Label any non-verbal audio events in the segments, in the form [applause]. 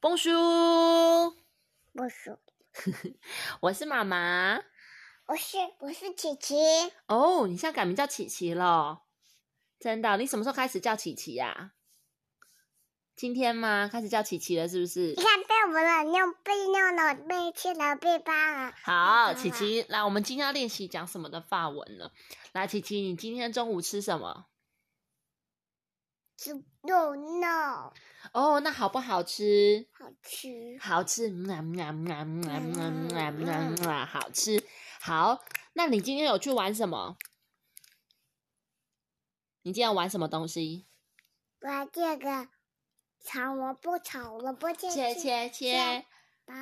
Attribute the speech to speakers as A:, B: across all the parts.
A: 蹦叔，
B: 不是，
A: 我是妈妈。
B: 我是我是琪琪，
A: 哦，你现在改名叫琪琪了，真的？你什么时候开始叫琪琪呀、今天吗？开始叫琪琪了，是不 [laughs] 是
B: 你？看被我们冷尿被尿了，被气了，被扒了。
A: 好，琪琪，来，我们今天要练习讲什么的法文呢？来，琪琪，你今天中午吃什么？
B: 是肉肉，
A: 哦，那好不好吃？
B: 好吃。
A: 好吃，啊啊啊啊啊啊啊！好吃。好，那你今天有去玩什么？你今天有玩什么东西？
B: 把这个炒萝卜，炒萝卜切
A: 切切切
B: 切，包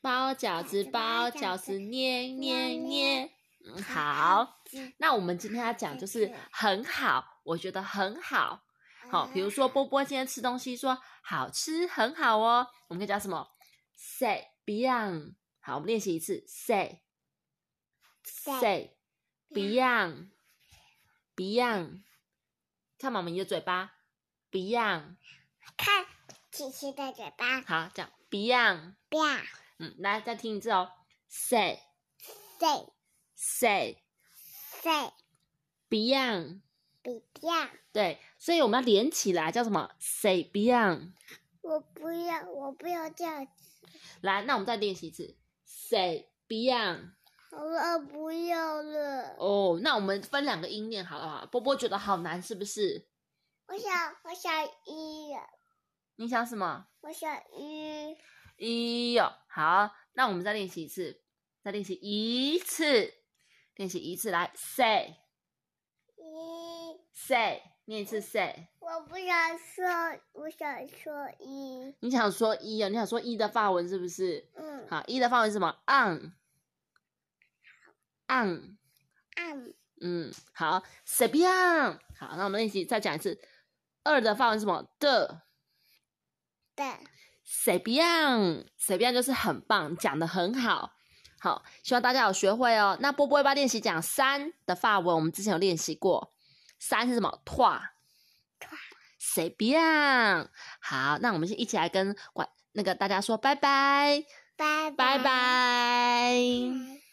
A: 包饺子，
B: 饺子
A: 包
B: 包
A: 饺
B: 饺
A: 子，
B: 子
A: 捏捏
B: 捏
A: 捏
B: 捏。
A: 嗯，好，
B: 子，
A: 那我们今天要讲就是
B: 谢谢
A: 很好，我觉得很好。好，比如说波波今天吃东西说好吃，很好哦，我们可以讲什么？Say Beyond。好，我们练习一次，Say
B: Say
A: Say Beyond Beyond。看妈妈你的嘴巴，Beyond。
B: 看琪琪的嘴巴，
A: 好，这样 Beyond。
B: 啪
A: 嗯，来再听一次哦，Say
B: ，say
A: Say
B: say
A: Beyond。
B: 比啪，
A: 对，所以我们要连起来，叫什么？Say Beyond。
B: 我不要，我不要这样，
A: 来，那我们再练习一次，Say Beyond。
B: 我不要了。
A: 哦，那我们分两个音念好了好？波波觉得好难，是不是？
B: 我想，我想一人，
A: 你想什么？
B: 我想一，
A: 一哟，好，那我们再练习一次，再练习一次，练习一次来，say
B: 一，
A: say，念一次 say。
B: 我不想说，我想说一，
A: 你想说一哦，你想说一的法文是不是？
B: 嗯，
A: 好，一的法文是什么？on on，
B: 嗯，
A: 嗯，好，c'est bien。好，那我们练习再讲一次，二的法文是什么的？
B: 的，
A: 随便，随便就是很棒，讲的很好。好，希望大家有学会哦。那波波要不要练习讲三的法文？我们之前有练习过，三是什么？trois，随便。好，那我们先一起来跟管那个大家说拜拜，
B: 拜
A: 拜拜。
B: 拜。拜